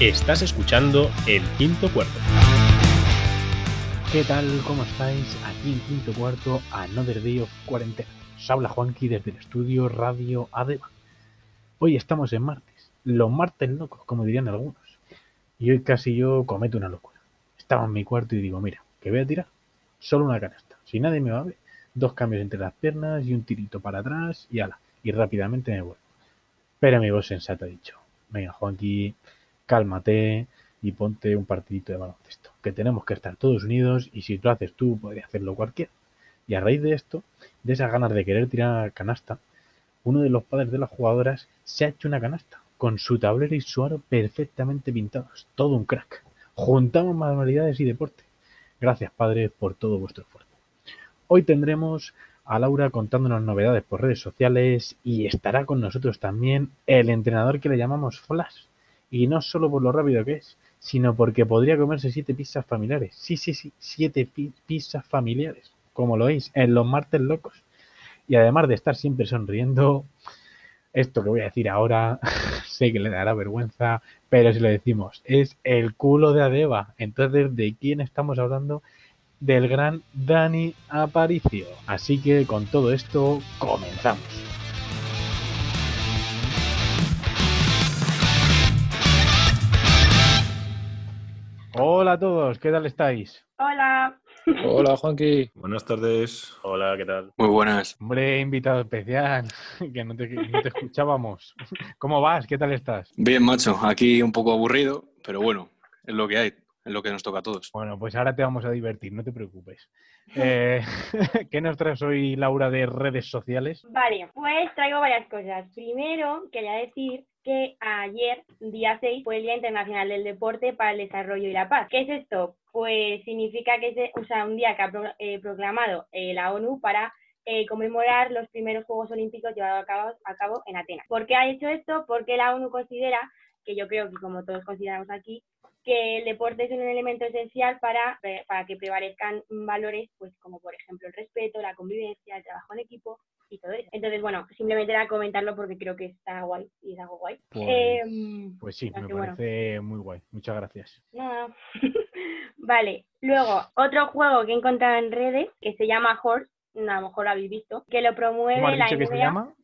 Estás escuchando El Quinto Cuarto. ¿Qué tal? ¿Cómo estáis? Aquí en Quinto Cuarto, Another Day of Cuarentena. Os habla Juanqui desde el estudio Radio Adeba. Hoy estamos en martes, los martes locos, como dirían algunos. Y hoy casi yo cometo una locura. Estaba en mi cuarto y digo, mira, que voy a tirar solo una canasta. Si nadie me va a ver, dos cambios entre las piernas y un tirito para atrás y ala. Y rápidamente me vuelvo. Pero mi voz sensata ha dicho, venga Juanqui, cálmate y ponte un partidito de baloncesto. Que tenemos que estar todos unidos y si tú haces tú, podría hacerlo cualquiera. Y a raíz de esto, de esas ganas de querer tirar canasta, uno de los padres de las jugadoras se ha hecho una canasta, con su tablero y su aro perfectamente pintados. Todo un crack. Juntamos manualidades y deporte. Gracias, padres, por todo vuestro esfuerzo. Hoy tendremos a Laura contándonos novedades por redes sociales y estará con nosotros también el entrenador que le llamamos Flash. Y no solo por lo rápido que es, sino porque podría comerse siete pizzas familiares. Sí, sí, sí, siete pi- pizzas familiares, como lo veis, en los martes locos. Y además de estar siempre sonriendo, esto que voy a decir ahora, sé que le dará vergüenza, pero si lo decimos, es el culo de Adeba. Entonces, ¿de quién estamos hablando? Del gran Dani Aparicio. Así que con todo esto, comenzamos. Hola a todos, ¿qué tal estáis? Hola. Hola, Juanqui. Buenas tardes. Hola, ¿qué tal? Muy buenas. Hombre, invitado especial, que no te, no te escuchábamos. ¿Cómo vas? ¿Qué tal estás? Bien, macho. Aquí un poco aburrido, pero bueno, es lo que hay, es lo que nos toca a todos. Bueno, pues ahora te vamos a divertir, no te preocupes. Eh, ¿Qué nos traes hoy, Laura, de redes sociales? Vale, pues traigo varias cosas. Primero, quería decir que ayer, día 6, fue el Día Internacional del Deporte para el Desarrollo y la Paz. ¿Qué es esto? Pues significa que es de- o sea, un día que ha pro- eh, proclamado eh, la ONU para eh, conmemorar los primeros Juegos Olímpicos llevados a cabo, a cabo en Atenas. ¿Por qué ha hecho esto? Porque la ONU considera, que yo creo que como todos consideramos aquí, que el deporte es un elemento esencial para, eh, para que prevalezcan valores pues como por ejemplo el respeto, la convivencia, el trabajo en equipo y todo eso. Entonces, bueno, simplemente era comentarlo porque creo que está guay y es algo guay. Pues, Em, pues sí, ah, me qué bueno. parece muy guay. Muchas gracias. nada. vale, luego otro juego que he encontrado en redes que se llama Horse, a lo mejor lo habéis visto, que lo promueve ¿Cómo has la dicho que se NBA. llama?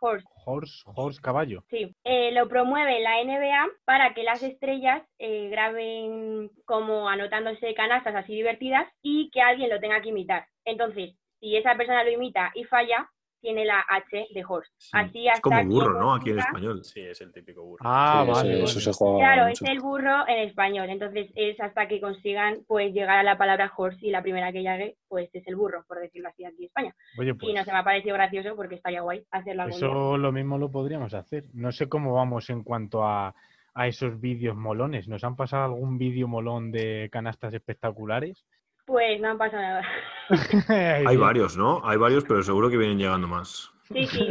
Horse. Horse, horse caballo. Sí, eh, lo promueve la NBA para que las estrellas eh, graben como anotándose canastas así divertidas y que alguien lo tenga que imitar. Entonces, si esa persona lo imita y falla, tiene la H de horse. Así es como hasta burro, que ¿no? Aquí en consiga- español. Sí, es el típico burro. Ah, Sí, vale. sí, vale. Eso Eh, se juega Claro, es mucho. el burro en español. Entonces, es hasta que consigan pues llegar a la palabra horse y la primera que llegue, pues es el burro, por decirlo así aquí en España. Oye, Y no pues se me ha parecido gracioso porque estaría guay hacerlo algún día. eso lo mismo lo podríamos hacer. No sé cómo vamos en cuanto a, a esos vídeos molones. ¿Nos han pasado algún vídeo molón de canastas espectaculares? Pues no han pasado nada. Hay varios, ¿no? Hay varios, pero seguro que vienen llegando más. Sí, sí.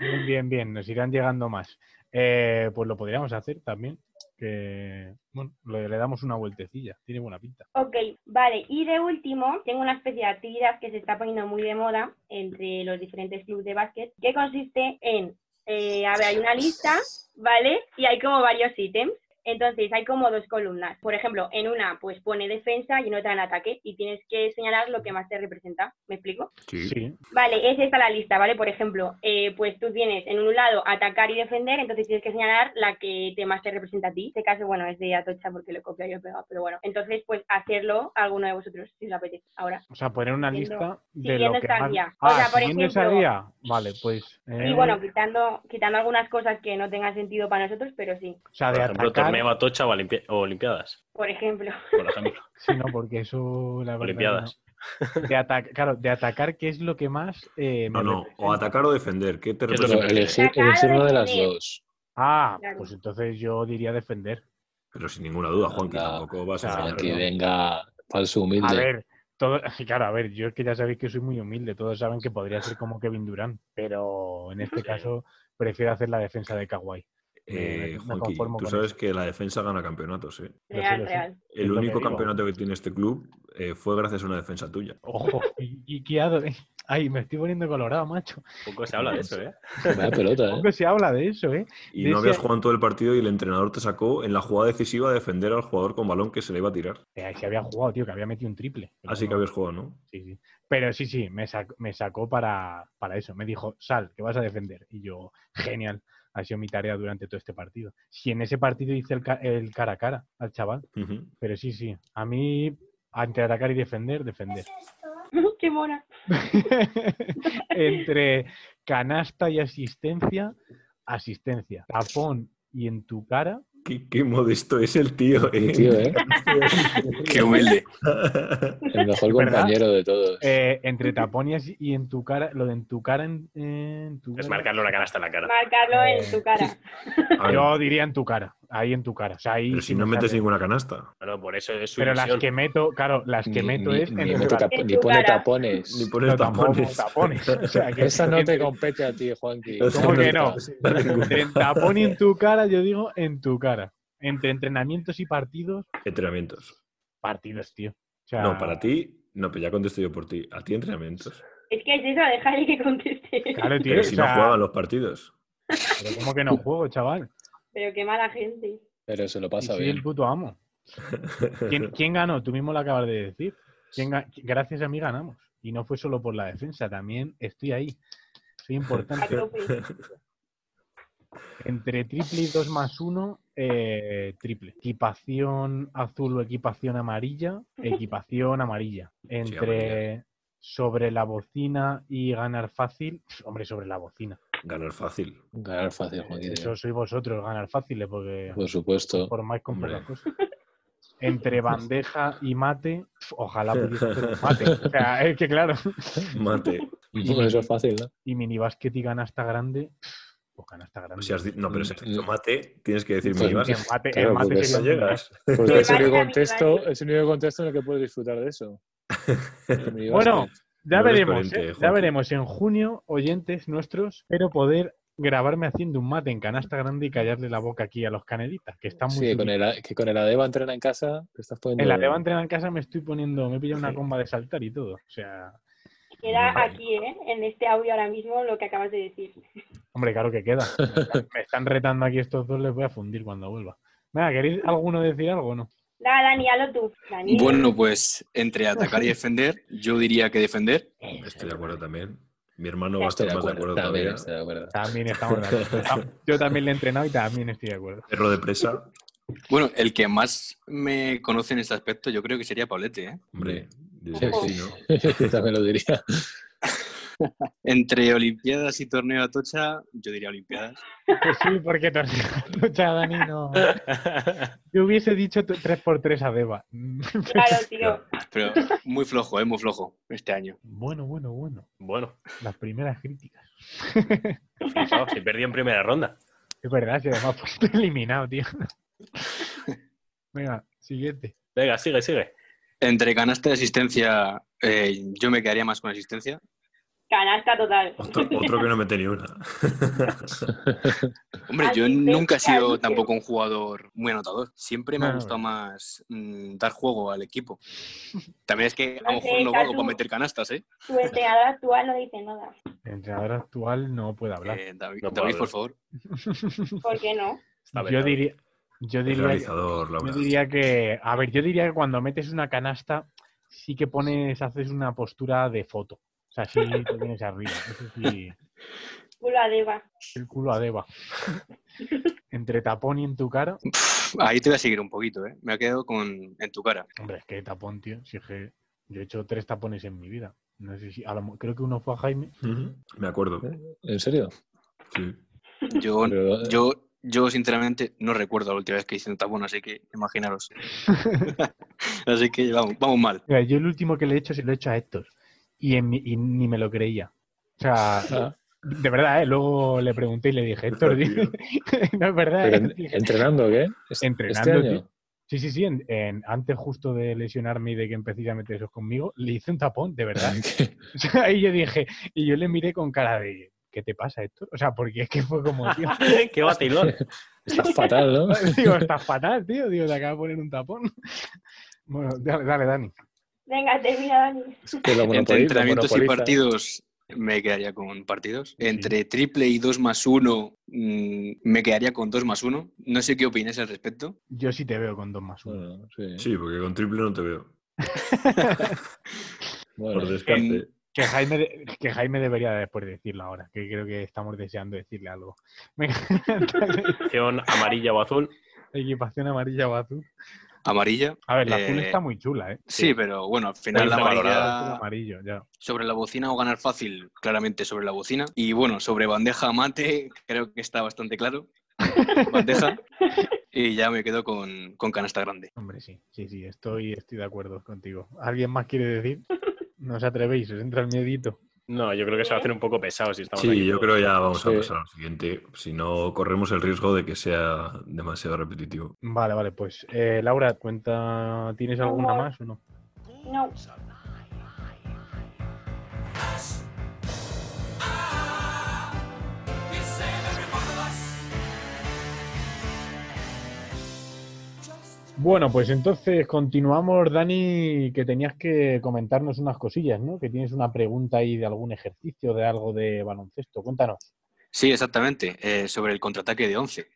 Bien, bien, bien, nos irán llegando más. Eh, pues lo podríamos hacer también, que bueno, le, le damos una vueltecilla, tiene buena pinta. Ok, vale. Y de último, tengo una especie de actividad que se está poniendo muy de moda entre los diferentes clubes de básquet, que consiste en, eh, a ver, hay una lista, ¿vale? Y hay como varios ítems. Entonces, hay como dos columnas. Por ejemplo, en una pues pone defensa y en otra en ataque y tienes que señalar lo que más te representa. ¿Me explico? Sí. Vale, es esta la lista, ¿vale? Por ejemplo, eh, pues tú tienes en un lado atacar y defender, entonces tienes que señalar la que te más te representa a ti. En este caso, bueno, es de Atocha porque lo he copiado y he pegado, pero bueno. Entonces, pues hacerlo alguno de vosotros, si os apetece, ahora. O sea, poner una Siguiendo- lista de lo siguiendo que esa más- guía. O Ah, sea, por siguiendo esa ejemplo- guía. Vale, pues. eh, Y bueno, quitando, quitando algunas cosas que no tengan sentido para nosotros, pero sí, o sea, Por de ejemplo, atacar, torneo Atocha o, Olimpi- o Olimpiadas, por ejemplo. por ejemplo. sí, no, porque eso la verdad. Olimpiadas. que no. De atacar, claro, de atacar, ¿qué es lo que más eh, me No, no. representa? O atacar o defender. ¿Qué te ¿Qué es lo Pero representa? que- elegir, Acaba de elegir una de las tener. dos. Ah, Claro. pues entonces yo diría defender. Pero sin ninguna duda, Juanqui, Anda. tampoco vas a Claro, enseñar, Juanqui, ¿no? venga, falso A humilde. ver, todo, claro, a ver, yo es que ya sabéis que soy muy humilde, todos saben que podría ser como Kevin Durant, pero en este caso prefiero hacer la defensa de Kawhi. me Eh, Juanqui, conformo tú con sabes que la defensa gana campeonatos, ¿eh? Lo sé, lo Real, sé. real. Es El lo que único digo. campeonato que tiene este club eh, fue gracias a una defensa tuya. Ojo, y, y qué ado- Ay, me estoy poniendo colorado, macho. Poco se habla de eso, ¿eh? Vaya pelota, ¿eh? Poco se habla de eso, ¿eh? Y De no ese- habías jugado en todo el partido y el entrenador te sacó en la jugada decisiva a defender al jugador con balón que se le iba a tirar. Eh, Se había jugado, tío, que había metido un triple. Pero Así que no- habías jugado, ¿no? Sí, sí. Pero sí, sí, me, sac- me sacó para, para eso. Me dijo, sal, que vas a defender. Y yo, genial, ha sido mi tarea durante todo este partido. Si en ese partido hice el, ca- el cara a cara al chaval, Ujú. pero sí, sí, a mí, entre atacar y defender, defender. ¡Qué mona! entre canasta y asistencia, asistencia. Tapón y en tu cara, Qué, qué modesto es el tío, ¿eh? El tío, ¿eh? Qué humilde. El mejor ¿Verdad? compañero de todos. eh, entre tapón y, asi- y en tu cara, lo de en tu cara, en, en tu Es cara. marcarle una canasta en la cara. Marcarlo Eh, en tu cara. A ver, Yo diría en tu cara, ahí en tu cara. O sea, ahí pero sí si me no metes sale. ninguna canasta. Bueno, por eso es su Pero las ilusión. que meto, claro, las que Ni- meto ni- es en ni tu mete cara. tap- En ni tu pone cara. Ni tapones. pones No, tampoco tapones. tapones. O sea, que- Esa no te compete a ti, Juanqui. ¿Cómo que no? ninguna. entre tapón y en tu cara, yo digo en tu cara. Entre entrenamientos y partidos, Entrenamientos. partidos, tío. O sea, No, para ti, no, pero ya contesto yo por ti. A ti entrenamientos. Es que es eso, déjale que conteste. Claro, tío. Pero o si no sea, juegan los partidos. pero ¿Cómo que no juego, chaval? Pero qué mala gente. Pero se lo Y pasa soy el bien. puto amo. ¿Quién, quién ganó? Tú mismo lo acabas de decir. ¿Quién ga- Gracias a mí ganamos. Y no fue solo por la defensa, también estoy ahí. Soy A importante. tope. Entre triple y 2 más 1, triple. Equipación azul o equipación amarilla, equipación amarilla. Entre sobre la bocina y ganar fácil, hombre, sobre la bocina. Eh, Ganar fácil. Ganar fácil, Juanqui. Eso sois vosotros, ganar fáciles, porque Por supuesto. formáis con hombre. pocas cosas. Entre bandeja y mate, ojalá pudiese hacer un mate. O sea, es que claro. Mate. Eso es fácil, ¿no? Y minibásquet y ganasta grande, pues canasta grande. Si has di- No, pero si has dicho Mm. mate, tienes que decir Pues mi vas. El mate, el Claro, mate porque sería No un llegas. Porque es el único Minibásquet, contexto, minibásquet. es el único contexto en el que puedes disfrutar de eso. Minibásquet. Bueno, Ya No eres veremos, coherente, ¿eh? ya Joaquín. veremos en junio, oyentes nuestros, pero poder grabarme haciendo un mate en canasta grande y callarle la boca aquí a los canelitas, que están muy Sí, con subidos. el, que con el Adeba entrena en casa, te estás poniendo. En la leva entrenar en casa me estoy poniendo, me he pillado una Sí. comba de saltar y todo. O sea, Queda Vale. aquí, ¿eh? En este audio ahora mismo lo que acabas de decir. hombre, claro que queda. Me están- Me están retando aquí estos dos, les voy a fundir cuando vuelva. Nada, ¿queréis alguno decir algo o no? Nada, Dani, hazlo tú. Dani. Bueno, pues entre atacar y defender, yo diría que defender. Estoy de acuerdo también. Mi hermano va a Estoy estar de más de acuerdo, acuerdo también todavía. estoy de acuerdo. También estamos de acuerdo. Yo también le he entrenado y también estoy de acuerdo. Perro de presa. Bueno, el que más me conoce en este aspecto yo creo que sería Paulete, ¿eh? Hombre, yo Sí, diría que sí. sí, ¿no? Yo también lo diría. Entre Olimpiadas y Torneo de Atocha, yo diría Olimpiadas. Pues sí, porque torneo Dani no. Yo hubiese dicho 3x3 a Deva. Claro, tío. Pero muy flojo, ¿eh? Muy flojo este año. Bueno, bueno, bueno. bueno, Las primeras críticas. fijaos, se perdió en primera ronda. Es verdad, si además fuiste eliminado, tío. Venga, siguiente. Venga, sigue, sigue. Entre canasta y asistencia, eh, yo me quedaría más con asistencia. Canasta total. Otro, otro que no mete ni una. Hombre, yo Asistencia, nunca he sido dice. tampoco un jugador muy anotador. Siempre me ha No, gustado más mm, dar juego al equipo. También es que a lo No sé, mejor no valgo Casu. para meter canastas, ¿eh? Tu entrenador actual no dice nada. El entrenador actual no puede hablar. Eh, David, No puedo David, por hablar. favor. ¿Por qué no? Está yo vetado. diría, yo El diría, que- realizador, la yo verdad. diría que, a ver, yo diría que cuando metes una canasta, sí que pones, haces una postura de foto. O sea, sí te tienes arriba. Eso sí. Culo a Deva. El culo a Deva. Entre tapón y en tu cara. Ahí te voy a seguir un poquito, ¿eh? Me ha quedado con en tu cara. Hombre, es que tapón, tío. Si es que yo he hecho tres tapones en mi vida. No sé si. a lo mo- creo que uno fue a Jaime. Ujú, Me acuerdo. ¿Eh? ¿En serio? Sí. Yo, Pero- eh. yo, yo sinceramente no recuerdo la última vez que hice un tapón, así que imaginaros. así que vamos, vamos mal. Mira, yo el último que le he hecho se lo he hecho a Héctor. Y, en mi- y ni me lo creía. O sea, Ah, de verdad, ¿eh? Luego le pregunté y le dije, Héctor, di- no es verdad. pero ¿eh?". en- ¿Entrenando qué? ¿Est- ¿Este Entrenando, año? Sí, sí, sí. en- en- antes justo de lesionarme y de que empecéis a meter esos conmigo, le hice un tapón, de verdad. O sea, y yo dije, y yo le miré con cara de, ¿qué te pasa, Héctor? O sea, porque es que fue como, tío, Qué batilón. Estás fatal, ¿no? Digo, estás fatal, tío. Digo, te acaba de poner un tapón. Bueno, dale, dale, Dani. Venga, termina, Dani. Que lo Entre monopoliza, entrenamientos y monopoliza. partidos me quedaría con partidos. Entre triple y 2 más 1 me quedaría con 2 más 1. No sé qué opináis al respecto. Yo sí te veo con dos más uno. Bueno, sí. Sí, porque con triple no te veo. Bueno, Por Mm, descarte. Que Jaime, de- que Jaime debería después decirlo ahora, que creo que estamos deseando decirle algo. Venga, Opción amarilla o azul. equipación amarilla o azul. Amarilla. A ver, la azul Eh, está muy chula, ¿eh? Sí, pero bueno, al final la está Azul amarilla amarillo, ya. sobre la bocina o ganar fácil, claramente sobre la bocina. Y bueno, sobre bandeja mate, creo que está bastante claro. Bandeja. Y ya me quedo con, con canasta grande. Hombre, sí, sí, sí, estoy, estoy de acuerdo contigo. ¿Alguien más quiere decir? No os atrevéis, os entra el miedito. No, yo creo que se va a hacer un poco pesado si estamos aquí Sí, yo todos. creo ya vamos a Sí. pasar al siguiente. Si no, corremos el riesgo de que sea demasiado repetitivo. Vale, vale, pues eh, Laura, cuenta, ¿tienes alguna más o no? No. Bueno, pues entonces continuamos, Dani, que tenías que comentarnos unas cosillas, ¿no? Que tienes una pregunta ahí de algún ejercicio, de algo de baloncesto. Cuéntanos. Sí, exactamente. eh, sobre el contraataque de 11.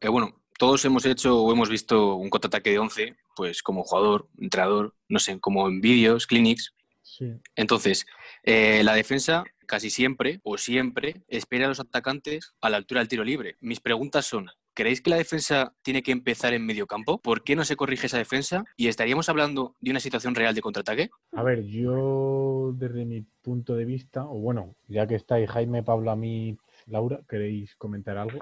Eh, bueno, todos hemos hecho o hemos visto un contraataque de 11, pues como jugador, entrenador, no sé, como en vídeos, clinics. Sí. Entonces, eh, la defensa casi siempre o siempre espera a los atacantes a la altura del tiro libre. Mis preguntas son, ¿creéis que la defensa tiene que empezar en medio campo? ¿Por qué no se corrige esa defensa? ¿Y estaríamos hablando de una situación real de contraataque? A ver, yo desde mi punto de vista, o bueno, ya que estáis Jaime, Pablo, a mí, Laura, ¿queréis comentar algo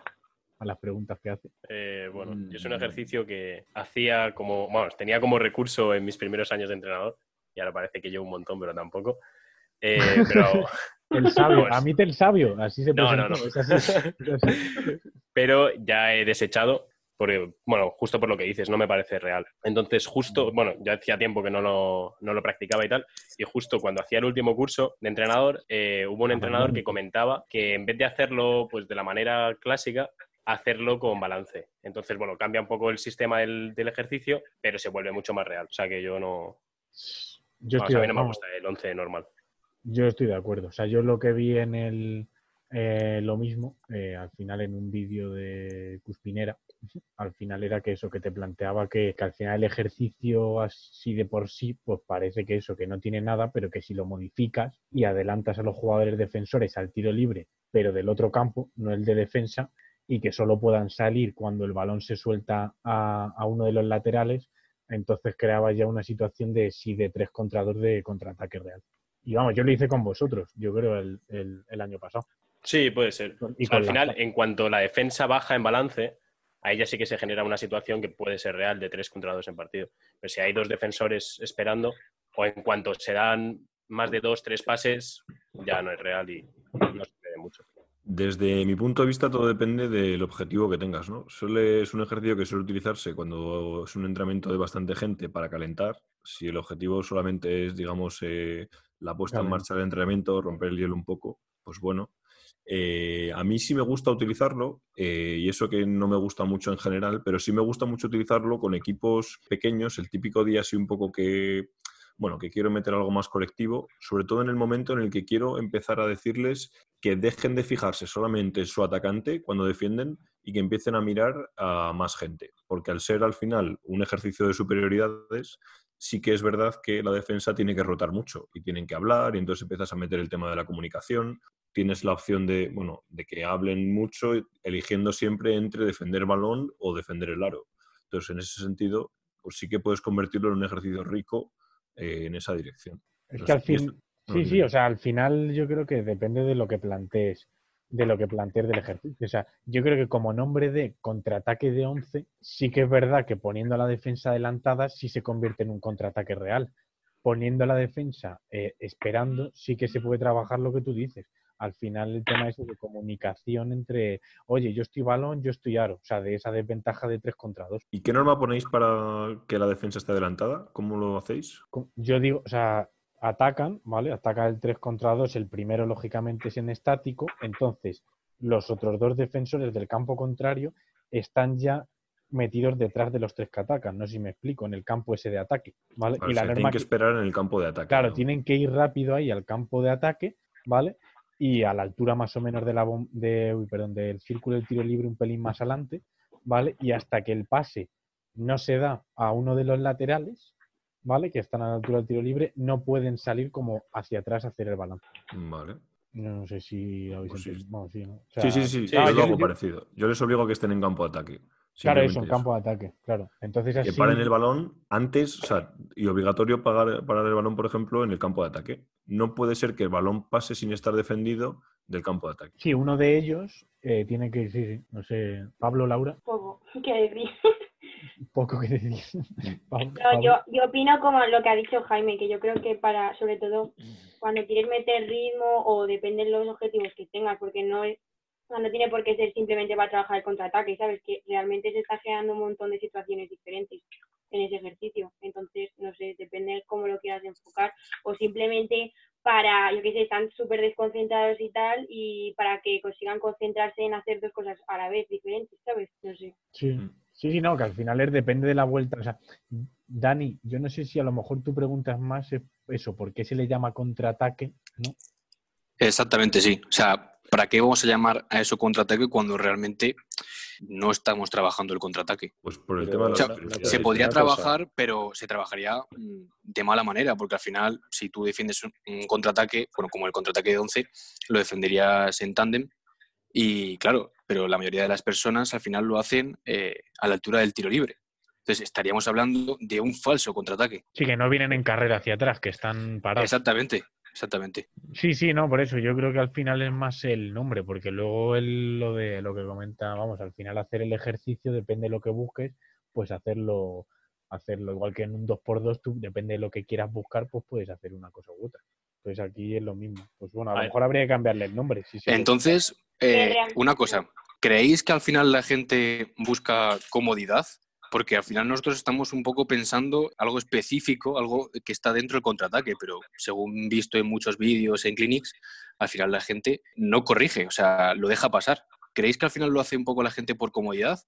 a las preguntas que hace? Eh, bueno, yo es un Mm. ejercicio que hacía como, bueno, tenía como recurso en mis primeros años de entrenador, y ahora parece que llevo un montón, pero tampoco. Eh, pero, El sabio, Pues- a mí el sabio, así se No, no, presentó, no. es así, es así. pero ya he desechado, porque, bueno, justo por lo que dices, no me parece real. Entonces, justo, bueno, ya hacía tiempo que no lo, no lo practicaba y tal, y justo cuando hacía el último curso de entrenador, eh, hubo un entrenador que comentaba que en vez de hacerlo pues de la manera clásica, hacerlo con balance. Entonces, bueno, cambia un poco el sistema del, del ejercicio, pero se vuelve mucho más real. O sea que yo no... Yo vamos, estoy, a mí no me vamos, gusta el 11 normal. Yo estoy de acuerdo. O sea, yo lo que vi en el eh, lo mismo, eh, al final en un vídeo de Cuspinera, al final era que eso que te planteaba que, que al final el ejercicio así de por sí, pues parece que eso, que no tiene nada, pero que si lo modificas y adelantas a los jugadores defensores al tiro libre, pero del otro campo, no el de defensa, y que solo puedan salir cuando el balón se suelta a, a uno de los laterales, entonces creaba ya una situación de sí de tres contra dos de contraataque real. Y vamos, yo lo hice con vosotros, yo creo, el, el- el año pasado. Sí, puede ser. Y O sea, al con final, Lazar. en cuanto la defensa baja en balance, ahí ya sí que se genera una situación que puede ser real de 3 contra 2 en partido. Pero si hay dos defensores esperando, o en cuanto se dan más de 2, 3 pases, ya no es real y no se ve mucho. Desde mi punto de vista, todo depende del objetivo que tengas, ¿no? Suele, es un ejercicio que suele utilizarse cuando es un entrenamiento de bastante gente para calentar. Si el objetivo solamente es, digamos, eh, la puesta en Calentar. marcha del entrenamiento, romper el hielo un poco, pues bueno. Eh, a mí sí me gusta utilizarlo, eh, y eso que no me gusta mucho en general, pero sí me gusta mucho utilizarlo con equipos pequeños, el típico día así un poco que, bueno, que quiero meter algo más colectivo, sobre todo en el momento en el que quiero empezar a decirles que dejen de fijarse solamente en su atacante cuando defienden y que empiecen a mirar a más gente. Porque al ser al final un ejercicio de superioridades, sí que es verdad que la defensa tiene que rotar mucho y tienen que hablar y entonces empiezas a meter el tema de la comunicación. Tienes la opción de, bueno, de que hablen mucho, eligiendo siempre entre defender balón o defender el aro. Entonces, en ese sentido, pues sí que puedes convertirlo en un ejercicio rico eh, en esa dirección. Es eh, Pero que al sí, fin- esto- Sí, sí, o sea, al final yo creo que depende de lo que plantees, de lo que plantees del ejercicio. O sea, yo creo que como nombre de contraataque de 11, sí que es verdad que poniendo a la defensa adelantada sí se convierte en un contraataque real. Poniendo a la defensa eh, esperando, sí que se puede trabajar lo que tú dices. Al final el tema es de comunicación entre, oye, yo estoy balón, yo estoy aro. O sea, de esa desventaja de 3 contra 2. ¿Y qué norma ponéis para que la defensa esté adelantada? ¿Cómo lo hacéis? com- yo digo, o sea, atacan, ¿vale? Ataca el 3 contra 2, el primero lógicamente es en estático, entonces los otros dos defensores del campo contrario están ya metidos detrás de los tres que atacan. No sé si me explico, en el campo ese de ataque. ¿vale? Claro, y o la sea, norma tienen que que- esperar en el campo de ataque. Claro, ¿no? tienen que ir rápido ahí al campo de ataque, ¿vale? Y a la altura más o menos de la bom- de, uy, perdón, del círculo del tiro libre un pelín más adelante, ¿vale? Y hasta que el pase no se da a uno de los laterales, ¿vale? Que están a la altura del tiro libre, no pueden salir como hacia atrás a hacer el balón. Vale. No sé si lo habéis Pues sí. entendido. Vamos, sí, ¿no? O sí, sea, sí, sí. sí, yo ah, lo yo- hago yo- parecido. Yo les obligo a que estén en campo de ataque. Claro, Simplemente eso, un eso. campo de ataque, claro. Entonces así... Que paren el balón antes, o sea, y obligatorio pagar- parar el balón, por ejemplo, en el campo de ataque. No puede ser que el balón pase sin estar defendido del campo de ataque. Sí, uno de ellos eh, tiene que... Sí, sí, no sé. Pablo, Laura, Poco, que decir. poco que decir. Pablo, No, Pablo. yo, yo opino como lo que ha dicho Jaime, que yo creo que para, sobre todo, cuando quieres meter ritmo o depende de los objetivos que tengas, porque no es, o sea, no tiene por qué ser simplemente para trabajar el contraataque, ¿sabes? Que realmente se está generando un montón de situaciones diferentes en ese ejercicio. Entonces, no sé, depende de cómo lo quieras enfocar o simplemente para, yo qué sé, están súper desconcentrados y tal y para que consigan concentrarse en hacer dos cosas a la vez diferentes, ¿sabes? No sé. Sí. Mm. sí, sí, no, que al final es, depende de la vuelta. O sea, Dani, yo no sé si a lo mejor tú preguntas más es- eso, ¿por qué se le llama contraataque? ¿no? Exactamente, sí. O sea, ¿para qué vamos a llamar a eso contraataque cuando realmente no estamos trabajando el contraataque? Pues por el Pero, tema de o las sea, prioridades. Se es podría una cosa. trabajar, pero se trabajaría mm, de mala manera, porque al final, si tú defiendes un- un contraataque, bueno, como el contraataque de 11, lo defenderías en tándem. Y claro, pero la mayoría de las personas al final lo hacen eh, a la altura del tiro libre. Entonces estaríamos hablando de un falso contraataque. Sí, que no vienen en carrera hacia atrás, que están parados. Exactamente, exactamente. Sí, sí, no, por eso yo creo que al final es más el nombre, porque luego el- lo de lo que comenta, vamos, al final hacer el ejercicio depende de lo que busques, pues hacerlo hacerlo igual que en un 2x2, tú depende de lo que quieras buscar, pues puedes hacer una cosa u otra. Pues aquí es lo mismo. Pues bueno, a A lo ver. mejor habría que cambiarle el nombre. Sí, sí, Entonces, eh, realmente- una cosa, ¿creéis que al final la gente busca comodidad? Porque al final nosotros estamos un poco pensando algo específico, algo que está dentro del contraataque, pero según visto en muchos vídeos, en clinics, al final la gente no corrige, o sea, lo deja pasar. ¿Creéis que al final lo hace un poco la gente por comodidad?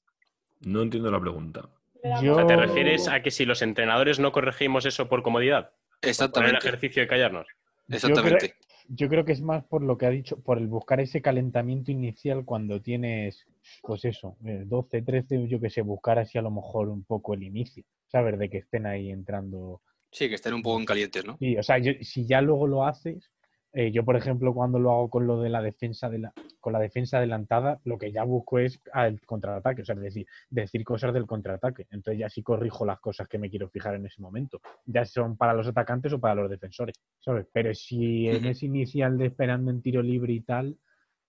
No entiendo la pregunta. O sea, ¿te Yo- refieres a que si los entrenadores no corregimos eso por comodidad? Poner el Exactamente, ejercicio de callarnos. Yo creo- exactamente. Yo creo que es más por lo que ha dicho, por el buscar ese calentamiento inicial cuando tienes, pues eso, eh, 12, 13, yo que sé, buscar así a lo mejor un poco el inicio, ¿sabes? De que estén ahí entrando. Sí, que estén un poco en calientes, ¿no? Sí, o sea, yo- si ya luego lo haces, eh, yo por ejemplo cuando lo hago con lo de la defensa de la, con la defensa adelantada, lo que ya busco es al contraataque, o sea, es decir, decir cosas del contraataque. Entonces ya sí corrijo las cosas que me quiero fijar en ese momento, ya son para los atacantes o para los defensores, ¿sabes? Pero si en Ujú. ese inicial de esperando en tiro libre y tal,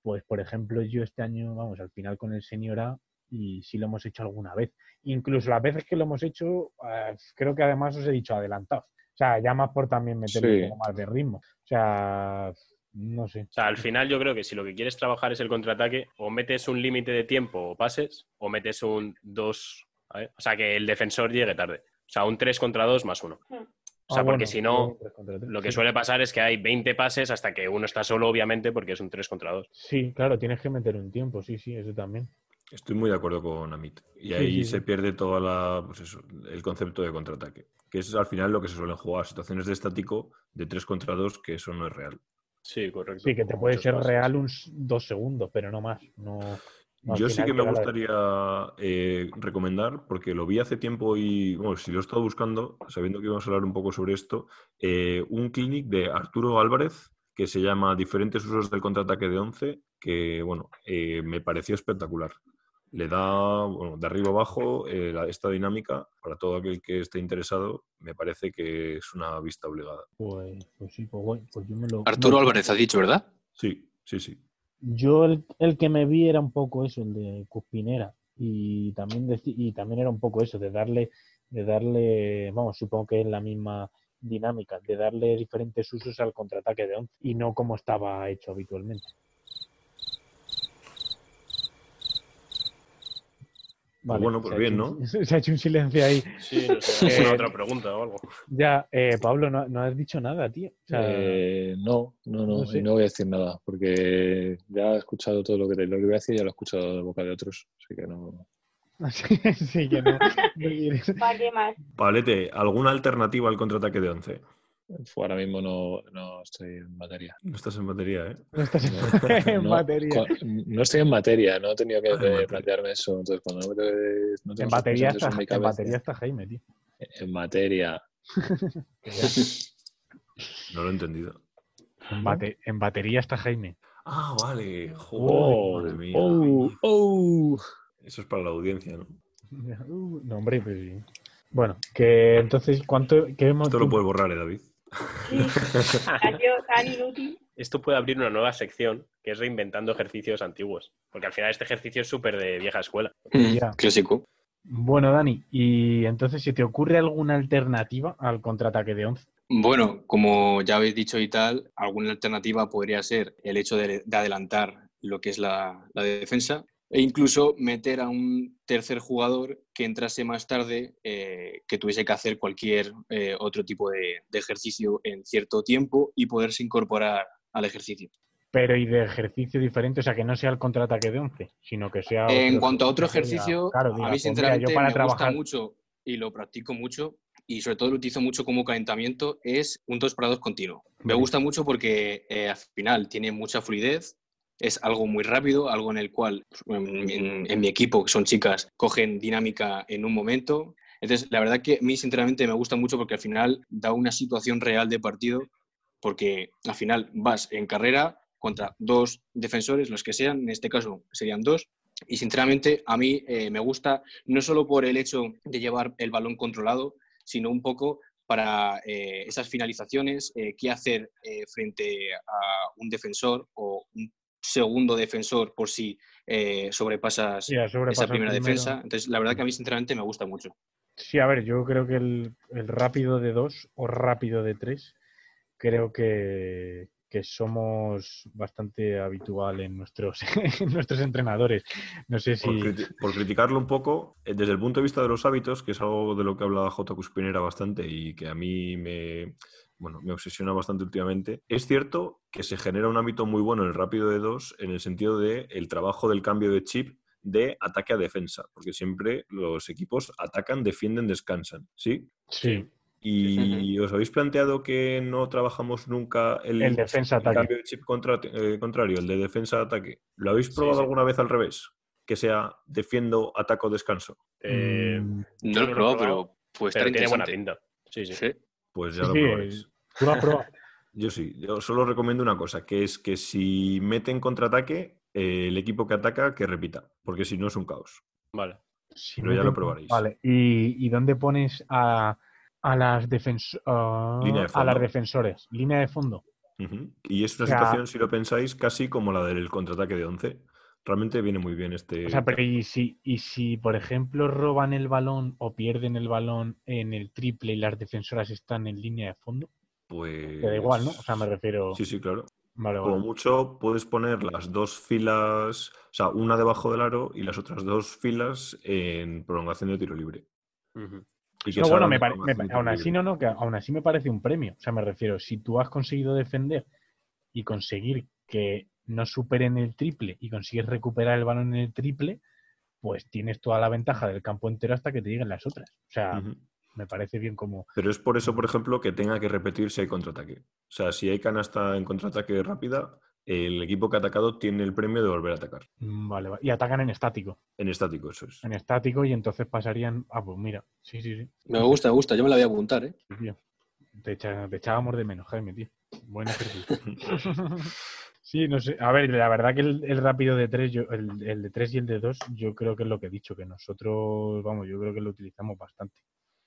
pues por ejemplo yo este año, vamos, al final con el senior A y sí lo hemos hecho alguna vez. Incluso las veces que lo hemos hecho, eh, creo que además os he dicho adelantados. O sea, ya más por también meterle Sí. un poco más de ritmo. O sea, no sé. O sea, al final yo creo que si lo que quieres trabajar es el contraataque, o metes un límite de tiempo o pases, o metes un 2, o sea, que el defensor llegue tarde. O sea, un 3 contra 2 más 1. Hmm. O sea, Ah, porque bueno, si no, tres contra tres, lo que sí. suele pasar es que hay 20 pases hasta que uno está solo, obviamente, porque es un 3 contra 2. Sí, claro, tienes que meter un tiempo, sí, sí, eso también. Estoy muy de acuerdo con Amit. Y Sí, ahí sí, se sí. pierde toda la, pues eso, el concepto de contraataque, que es al final lo que se suelen jugar, situaciones de estático de 3 contra 2, que eso no es real. Sí, correcto. Sí, que te Con puede muchos ser pases. real unos dos segundos, pero no más. No... No, al Yo sí final que me queda la- gustaría eh, recomendar, porque lo vi hace tiempo y, bueno, si lo he estado buscando, sabiendo que íbamos a hablar un poco sobre esto, eh, un clinic de Arturo Álvarez que se llama Diferentes usos del contraataque de 11, que, bueno, eh, me pareció espectacular. Le da, bueno, de arriba abajo eh, la- esta dinámica para todo aquel que esté interesado, me parece que es una vista obligada. Pues, pues sí, pues, guay, pues yo me lo... Arturo no, Álvarez, has dicho, ¿verdad? Sí, sí, sí. Yo el, el que me vi era un poco eso, el de Cuspinera. Y también, deci- y también era un poco eso, de darle, de darle, vamos, supongo que es la misma dinámica, de darle diferentes usos al contraataque de 11 y no como estaba hecho habitualmente. Vale, bueno, pues se ha hecho bien, un- Se ha hecho un silencio ahí. Sí, no sé, Eh, otra pregunta o algo. Ya, eh, Pablo, no, no has dicho nada, tío. O sea, Eh, no, no, no, no y sé. no voy a decir nada, porque ya he escuchado todo lo que, te- lo que voy a decir, ya lo he escuchado de boca de otros, así que no. Sí, sí, que no, no quieres. ¿Para qué más? Pablete, ¿alguna alternativa al contraataque de 11? Ahora mismo no, no estoy en materia. No estás en batería, ¿eh? No estás en, en No, batería. co- no estoy en materia, no he tenido que Ah, en eh, materia. plantearme eso. Entonces, cuando no te- no En tengo esos batería, pensamientos está, en mi en cabeza- batería está Jaime, tío. En materia. No lo he entendido. En, bate- en batería está Jaime. Ah, vale. Joder, Oh, madre mía. oh, oh. Eso es para la audiencia, ¿no? Uh, No, hombre, pues sí. Bueno, que entonces, ¿cuánto? ¿Qué hemos Esto lo puedes borrar, ¿eh, David? Sí. Adiós, tan inútil. Esto puede abrir una nueva sección que es reinventando ejercicios antiguos. Porque al final este ejercicio es súper de vieja escuela. Ya. Clásico. Bueno, Dani, y entonces, ¿se te ocurre alguna alternativa al contraataque de 11? Bueno, como ya habéis dicho y tal, alguna alternativa podría ser el hecho de, de adelantar lo que es la, la defensa e incluso meter a un tercer jugador que entrase más tarde, eh, que tuviese que hacer cualquier eh, otro tipo de, de ejercicio en cierto tiempo y poderse incorporar al ejercicio. Pero y de ejercicio diferente, o sea, que no sea el contraataque de 11, sino que sea... En otro- cuanto a otro que diga- ejercicio, claro, diga, a mí pues mira, sinceramente yo para me trabajar, gusta mucho y lo practico mucho y sobre todo lo utilizo mucho como calentamiento es un 2 para 2 continuo. Me Vale. gusta mucho porque eh, al final tiene mucha fluidez, es algo muy rápido, algo en el cual pues, en, en- en mi equipo, que son chicas, cogen dinámica en un momento. Entonces, la verdad que a mí sinceramente me gusta mucho porque al final da una situación real de partido porque al final vas en carrera contra dos defensores, los que sean, en este caso serían dos, y sinceramente a mí eh, me gusta no solo por el hecho de llevar el balón controlado, sino un poco para eh, esas finalizaciones, eh, qué hacer eh, frente a un defensor o un segundo defensor por si eh, sobrepasas sí, a sobrepasar esa primera primero. defensa. Entonces, la verdad que a mí sinceramente me gusta mucho. Sí, a ver, yo creo que el, el rápido de 2 o rápido de 3, creo que, que somos bastante habitual en nuestros, en nuestros entrenadores. No sé Por, si... criti- por criticarlo un poco, eh, desde el punto de vista de los hábitos, que es algo de lo que hablaba J. Cuspinera bastante y que a mí me, bueno, me obsesiona bastante últimamente, es cierto que se genera un hábito muy bueno en el rápido de dos en el sentido de el trabajo del cambio de chip de ataque a defensa, porque siempre los equipos atacan, defienden, descansan, ¿sí? Sí, Y os habéis planteado que no trabajamos nunca el, el defensa-ataque. cambio de chip contra- eh, contrario, el de defensa-ataque. ¿Lo habéis Sí, probado sí. alguna vez al revés? Que sea defiendo, ataco, descanso. Eh, Mm, Yo no lo No lo he he probado, probado, pero puede estar pero tiene buena interesante. pinta. Sí, sí. Sí. Pues ya Sí, eh. lo sí, probaréis. tú lo has probado. Yo sí. Yo solo recomiendo una cosa, que es que si meten contraataque, eh, el equipo que ataca, que repita. Porque si no es un caos. Vale. Sí, Pero me ya lo tengo- probaréis. Vale, ¿y, y dónde pones a, a las defensoras? Línea de a las fondo. defensores, línea de fondo. Ujú. Y es una O sea- situación, si lo pensáis, casi como la del contraataque de 11. Realmente viene muy bien este... O sea, pero y si, y si, por ejemplo, roban el balón o pierden el balón en el triple y las defensoras están en línea de fondo, Pues... te da igual, ¿no? O sea, me refiero. Sí, sí, claro. Vale, Como vale. mucho puedes poner las dos filas, o sea, una debajo del aro y las otras dos filas en prolongación de tiro libre. Ujú. Y que No, sea bueno, la me pare- me prolongación pa- de tiro aún así libre. no, no, que aún así me parece un premio. O sea, me refiero, si tú has conseguido defender y conseguir que no superen el triple y consigues recuperar el balón en el triple, pues tienes toda la ventaja del campo entero hasta que te lleguen las otras. O sea, Ujú. me parece bien como. Pero es por eso, por ejemplo, que tenga que repetir si hay contraataque. O sea, si hay canasta en contraataque rápida, el equipo que ha atacado tiene el premio de volver a atacar. mm, Vale, vale. Y atacan en estático. En estático, eso es. En estático y entonces pasarían. Ah, pues mira. Sí, sí, sí. Me gusta, me gusta. Yo me la voy a apuntar, ¿eh? Sí, tío. Te, echa- te echábamos de menos, Jaime, tío. Buen ejercicio. sí, no sé. A ver, la verdad que el, el rápido de tres, yo- el, el de tres y el de dos, yo creo que es lo que he dicho, que nosotros, vamos, yo creo que lo utilizamos bastante.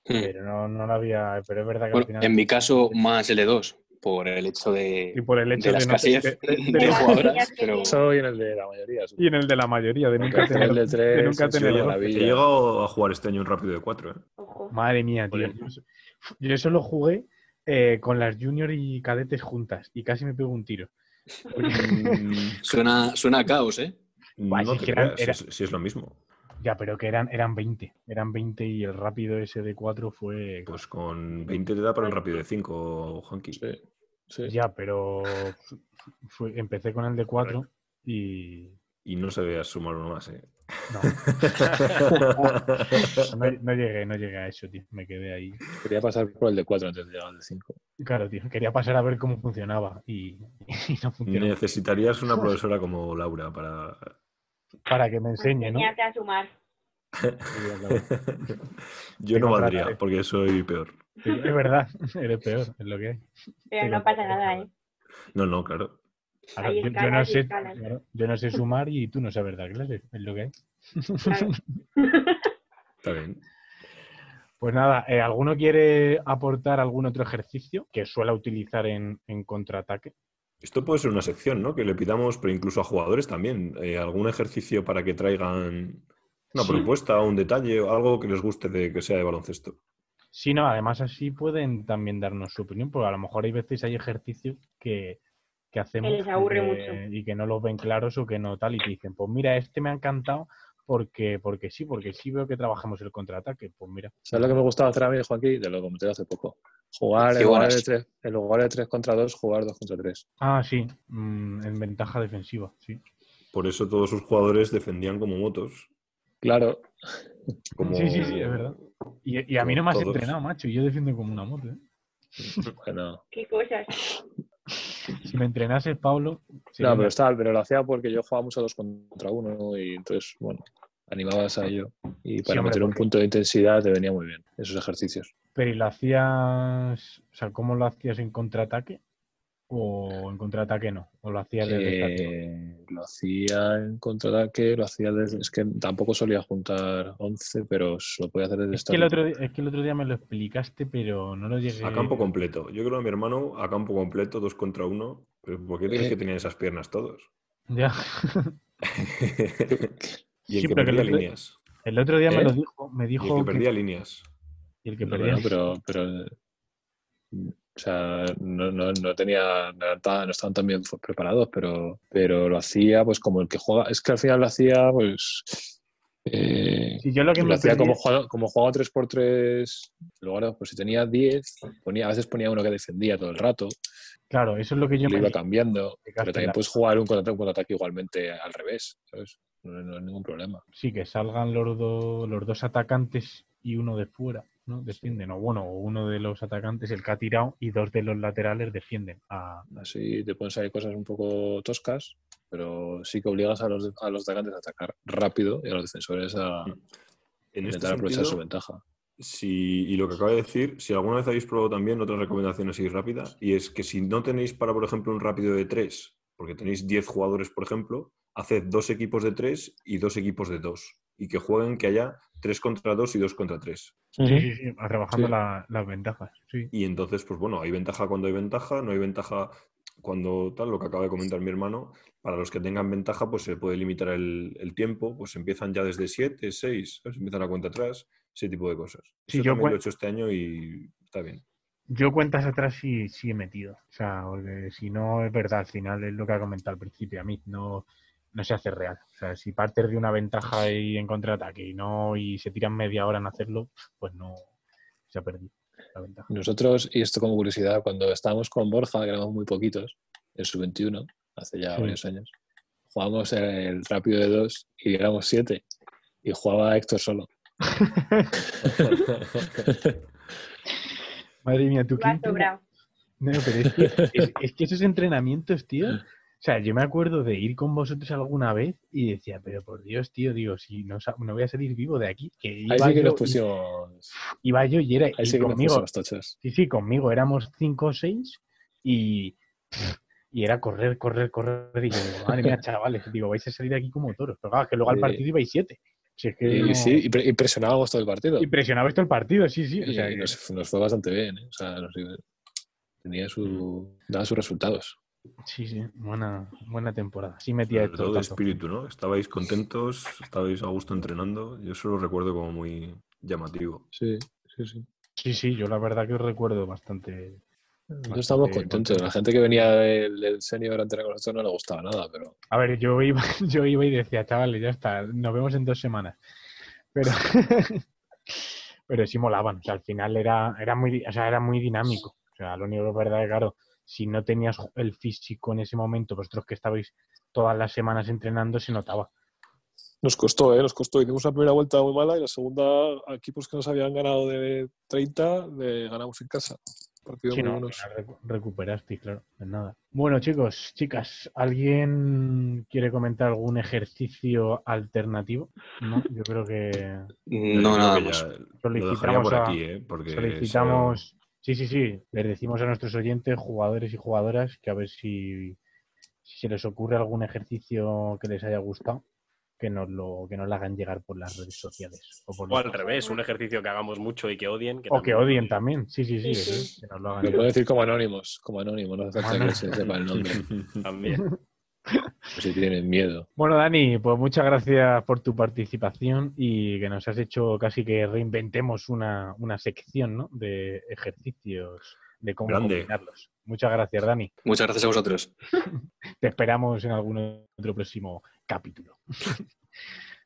Pero no, no lo había. Pero es verdad que Mm. Hmm. Bueno, al final. en mi caso, más L2, por el hecho de, Y por el hecho de la de, no escasez te- de, de- de- de las jugadoras, niñas que pero Soy en el de la mayoría. y en el de la mayoría, de nunca Porque el tener. de tres, nunca ha sido tener dos. una He maravilla. llegado a jugar este año un rápido de 4. Ojo. Madre mía, tío. Joder. Yo eso- Yo eso lo jugué eh, con las junior y cadetes juntas y casi me pego un tiro. suena, suena a caos, ¿eh? Buah, Mm, No si te es que era- creas, era- si es- si es lo mismo. Ya, pero que eran, eran 20. Eran 20 y el rápido ese de 4 fue. Pues con 20 te da para un rápido de 5, Juanqui. Sí, sí. Ya, pero fue- empecé con el de 4 y. Y no se vea sumar uno más, ¿eh? No, no, no llegué, no llegué a eso, tío. Me quedé ahí. Quería pasar por el de 4 antes de llegar al de 5. Claro, tío. Quería pasar a ver cómo funcionaba y, y no funcionó. Necesitarías una profesora como Laura para. Para que Pues me enseñe, ¿no? Enseñarte a sumar. Yo no Tengo valdría, otra- porque soy peor. Sí, Es verdad, eres peor, es lo que hay. Pero Tengo no pasa otra- nada, ¿eh? No, no, claro. Ahora, Hay yo, yo no escalas y sé, escalas. claro, yo no sé sumar y tú no sabes dar clases, es lo que hay. Claro. Está bien. Pues nada, eh, ¿alguno quiere aportar algún otro ejercicio que suela utilizar en, en contraataque? Esto puede ser una sección, ¿no? Que le pidamos, pero incluso a jugadores también, eh, algún ejercicio para que traigan una Sí. propuesta, un detalle, o algo que les guste de que sea de baloncesto. Sí, no, además así pueden también darnos su opinión, porque a lo mejor hay veces hay ejercicios que, que hacemos les aburre eh, y que no los ven claros o que no tal y te dicen, pues mira, este me ha encantado porque, porque sí, porque sí veo que trabajamos el contraataque, pues mira. ¿Sabes lo que me gustaba hacer a mí, Joaquín? Te lo comenté hace poco. Jugar Qué en lugar, buenas. de tres, en lugar de 3 contra 2, jugar 2 contra 3. Ah, sí, mm, en ventaja defensiva, sí. Por eso todos sus jugadores defendían como motos. Claro, Como... Sí, sí, sí, es verdad. Y, y a mí no me has Todos. entrenado, macho, y yo defiendo como una moto, ¿eh? bueno. Qué cosas. Si me entrenases, Pablo... sería no, una- pero está, pero lo hacía porque yo jugaba mucho 2 contra 1 y entonces, bueno, animabas a ello. Y para hombre, meter un porque- punto de intensidad te venía muy bien esos ejercicios. Pero ¿y lo hacías, o sea, cómo lo hacías en contraataque? ¿O en contraataque no? ¿O lo hacías desde estático? Eh, lo hacía en contraataque, lo hacía desde. Es que tampoco solía juntar 11, pero lo podía hacer desde Es que, el estático. otro, di- es que el otro día me lo explicaste, pero no lo llegué. A campo completo. Yo creo a mi hermano a campo completo, dos contra uno. Pero ¿Por qué crees Eh. que tenían esas piernas todos? Ya. y el Sí, pero que que el perdía otro- líneas. El otro día me ¿Eh? lo dijo, me Y el dijo que que- perdía líneas. y el que No, perdía. bueno, pero, pero, eh, o sea, no, no, no tenía, no, eran tan- no estaban tan bien preparados, pero, pero lo hacía pues como el que juega, es que al final lo hacía pues eh, Sí, yo lo que lo me hacía perdí- como jugado, como jugado 3x3, en lugar de- pues si tenía 10, ponía, a veces ponía uno que defendía todo el rato, Claro, eso es lo que yo lo me iba cambiando, pero Fijaste también la- puedes jugar un contraataque, un contraataque igualmente al revés, ¿sabes? No, no hay ningún problema. Sí, que salgan los, dos los dos atacantes y uno de fuera, ¿no? Defienden. O bueno, o uno de los atacantes, el que ha tirado, y dos de los laterales defienden. a- Así te pueden salir cosas un poco toscas, pero sí que obligas a los, a los atacantes a atacar rápido y a los defensores a En este intentar aprovechar su sentido, ventaja. si- y lo que acabo de decir, si alguna vez habéis probado también otra recomendación así rápida, y es que si no tenéis para, por ejemplo, un rápido de tres, porque tenéis 10 jugadores, por ejemplo, haced dos equipos de tres y dos equipos de dos. Y que jueguen que haya tres contra dos y dos contra tres. Sí, sí, sí, trabajando Sí. la- las ventajas. Sí. Y entonces, pues bueno, hay ventaja cuando hay ventaja, no hay ventaja cuando tal, lo que acaba de comentar mi hermano. Para los que tengan ventaja, pues se puede limitar el, el tiempo, pues empiezan ya desde 7, 6, empiezan la cuenta atrás, ese tipo de cosas. Sí, Eso yo también lo he cuen- hecho este año y está bien. Yo cuentas atrás sí, sí he metido. O sea, porque si no es verdad, al final es lo que ha comentado al principio. A mí no, no se hace real. O sea, si partes de una ventaja y en contraataque y no y se tiran media hora en hacerlo, pues no se ha perdido la ventaja. Nosotros, y esto como curiosidad, cuando estábamos con Borja, que éramos muy poquitos, en su 21, hace ya Sí. varios años, jugábamos el rápido de dos y éramos siete. Y jugaba Héctor solo. Madre mía, tú Tú has qué sobrado. No, pero es que, es- es que esos entrenamientos, tío. O sea, yo me acuerdo de ir con vosotros alguna vez y decía, pero por Dios, tío, digo, si no, sa- no voy a salir vivo de aquí. Que iba, Ahí sí que yo, nos y- pusimos. iba yo y era Ahí y sí que nos conmigo. pusimos tochos. Sí, sí, conmigo éramos cinco o seis y, y era correr, correr, correr. Y yo, digo, madre mía, chavales, digo, vais a salir de aquí como toros. Pero claro, es que luego al Sí. partido ibais siete. Si es que Y no- sí, y pre- y presionábamos todo el partido. y eh, presionabais todo el partido, sí, sí. O sea, y que- nos, nos fue bastante bien, ¿eh? O sea, nos- tenía Mm. su, daba sus resultados. sí, sí, buena, buena temporada. Sí metía Sobre esto. todo de tanto. espíritu, ¿no? Estabais contentos, estabais a gusto entrenando. Yo eso lo recuerdo como muy llamativo. Sí, sí, sí. Sí, sí, yo la verdad que os recuerdo bastante. Nosotros estábamos Bastante contentos. La contentos. gente que venía del, del senior antes de nosotros no le gustaba nada, pero A ver, yo iba, yo iba y decía, chavales, ya está, nos vemos en dos semanas. Pero, pero sí molaban. O sea, al final era, era muy, o sea, era muy dinámico. O sea, lo único que es verdad es que, claro, si no tenías el físico en ese momento, vosotros que estabais todas las semanas entrenando, se notaba. Nos costó, ¿eh? Nos costó. Hicimos una primera vuelta muy mala y la segunda, a equipos que nos habían ganado de 30, le ganamos en casa. Partido Sí, muy no, buenos. la recu- recuperaste, claro, en nada. Bueno, chicos, chicas, ¿alguien quiere comentar algún ejercicio alternativo? No, yo creo que Mm, Yo No, creo nada que más. ya Lo dejaría solicitamos por a- aquí, ¿eh? Porque solicitamos, sí, sí, sí, les decimos a nuestros oyentes, jugadores y jugadoras, que a ver si, si se les ocurre algún ejercicio que les haya gustado, que nos lo, que nos lo hagan llegar por las redes sociales. O, por O los- al revés, un ejercicio que hagamos mucho y que odien. Que o que también- odien también, sí, sí, sí, Sí, que- sí. que nos lo hagan Lo llegar. puedo decir como anónimos, como anónimo, no hace falta que se sepa el nombre. se- También. por Si tienen miedo. Bueno, Dani, pues muchas gracias por tu participación y que nos has hecho casi que reinventemos una, una sección ¿no? de ejercicios, de cómo Grande. combinarlos. Muchas gracias, Dani. Muchas gracias a vosotros. Te esperamos en algún otro próximo capítulo.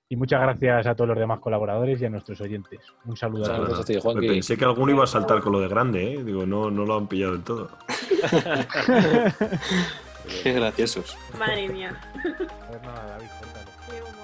y muchas gracias a todos los demás colaboradores y a nuestros oyentes. Un saludo a Muchas Nada, todos. gracias a ti, nada. Juanqui. Pensé que alguno iba a saltar con lo de grande, ¿eh? Digo, no, no lo han pillado del todo. Qué graciosos. Madre mía. A ver, nada, David, cuéntalo. Qué humor.